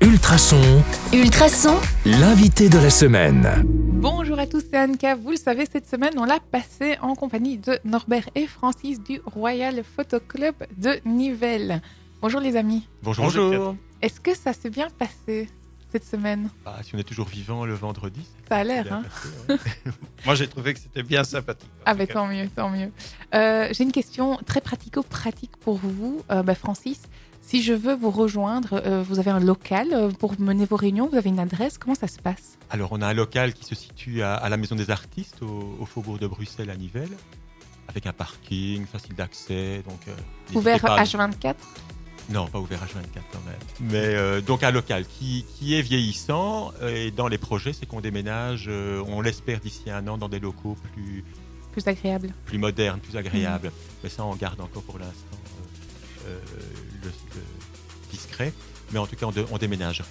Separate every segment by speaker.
Speaker 1: Ultrason,
Speaker 2: Ultrason,
Speaker 1: l'invité de la semaine.
Speaker 3: Bonjour à tous, c'est Anka. Vous le savez, cette semaine, on l'a passé en compagnie de Norbert et Francis du Royal Photo Club de Nivelles. Bonjour les amis.
Speaker 4: Bonjour. Jacques.
Speaker 3: Est-ce que ça s'est bien passé cette semaine
Speaker 4: Ah, si on est toujours vivant le vendredi. c'est
Speaker 3: Ça a l'air,
Speaker 4: bien
Speaker 3: hein
Speaker 4: passé, ouais. Moi, j'ai trouvé que c'était bien sympathique. en
Speaker 3: Ah
Speaker 4: tout
Speaker 3: ben
Speaker 4: cas.
Speaker 3: tant mieux, tant mieux. Euh, J'ai une question très pratico-pratique pour vous, Euh, bah, Francis. Si je veux vous rejoindre, euh, vous avez un local euh, pour mener vos réunions, vous avez une adresse, comment ça se passe
Speaker 4: Alors, on a un local qui se situe à, à la Maison des Artistes, au, au faubourg de Bruxelles, à Nivelles, avec un parking facile d'accès. Donc, euh, n'hésitez
Speaker 3: Ouvert
Speaker 4: pas à-
Speaker 3: H24
Speaker 4: Non, pas ouvert H24 quand même. Mais euh, donc un local qui, qui est vieillissant. euh, Et dans les projets, c'est qu'on déménage, euh, on l'espère d'ici un an, dans des locaux plus,
Speaker 3: Plus agréable.
Speaker 4: plus modernes, plus agréables. Mais ça, on garde encore pour l'instant euh, euh, le, le discret. Mais en tout cas, on, dé- on déménagerait.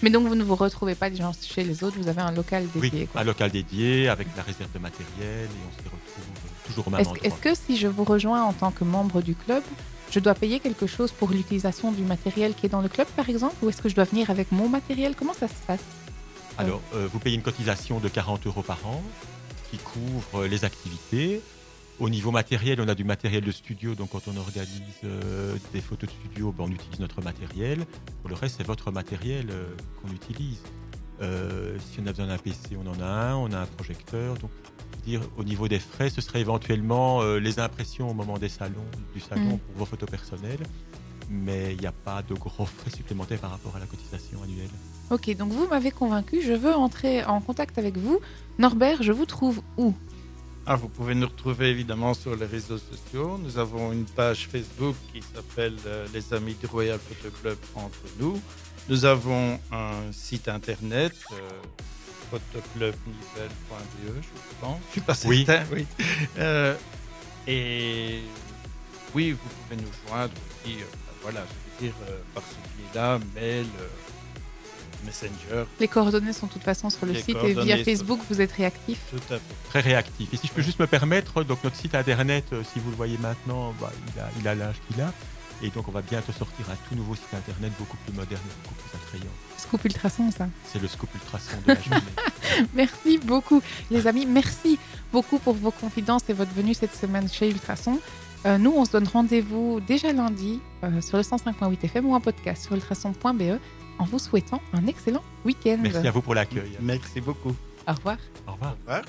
Speaker 3: Mais donc vous ne vous retrouvez pas les gens chez les autres, vous avez un local dédié.
Speaker 4: Oui,
Speaker 3: quoi.
Speaker 4: un local dédié avec la réserve de matériel et on se retrouve toujours au même
Speaker 3: Est-ce
Speaker 4: endroit.
Speaker 3: est-ce que si je vous rejoins en tant que membre du club, je dois payer quelque chose pour l'utilisation du matériel qui est dans le club, par exemple Ou est-ce que je dois venir avec mon matériel Comment ça se passe
Speaker 4: Alors, euh, vous payez une cotisation de 40 euros par an qui couvre euh, les activités. Au niveau matériel, on a du matériel de studio, donc quand on organise euh, des photos de studio, ben, on utilise notre matériel. Pour le reste, c'est votre matériel euh, qu'on utilise. Euh, si on a besoin d'un PC, on en a un, on a un projecteur. Donc, je veux dire au niveau des frais, ce serait éventuellement euh, les impressions au moment des salons, du salon
Speaker 3: Mm.
Speaker 4: pour vos photos personnelles, mais il n'y a pas de gros frais supplémentaires par rapport à la cotisation annuelle.
Speaker 3: Ok, donc vous m'avez convaincu, je veux entrer en contact avec vous. Norbert, je vous trouve où
Speaker 5: Ah, vous pouvez nous retrouver évidemment sur les réseaux sociaux. Nous avons une page Facebook qui s'appelle euh, Les Amis du Royal Photo Club entre nous. Nous avons un site internet, euh, photoclubnivelle.be, E, je pense. Je suis pas
Speaker 4: Oui.
Speaker 5: certain, oui. Euh, et oui, vous pouvez nous joindre aussi, euh, voilà, je veux dire, euh, par ce biais-là, mail, euh, messenger,
Speaker 3: Les coordonnées sont de toute façon sur le
Speaker 5: Les
Speaker 3: site et
Speaker 5: coordonnées
Speaker 3: via
Speaker 5: sont-
Speaker 3: Facebook, vous êtes réactif.
Speaker 5: tout à fait.
Speaker 4: très réactif. Et si je peux juste me permettre, donc notre site internet, euh, si vous le voyez maintenant, bah, il a il a l'âge qu'il a. Et donc on va bientôt sortir un tout nouveau site internet beaucoup plus moderne, et beaucoup plus attrayant.
Speaker 3: Scoop Ultrason, ça.
Speaker 4: C'est le scoop ultrason de la journée.
Speaker 3: Merci beaucoup, les amis. Merci beaucoup pour vos confidences et votre venue cette semaine chez Ultrason. Euh, nous, on se donne rendez-vous déjà lundi euh, sur le 105.8 FM ou un podcast sur ultrason.be E en vous souhaitant un excellent week-end.
Speaker 4: Merci à vous pour l'accueil.
Speaker 5: Merci beaucoup.
Speaker 3: Au revoir.
Speaker 4: Au revoir.
Speaker 5: Au revoir.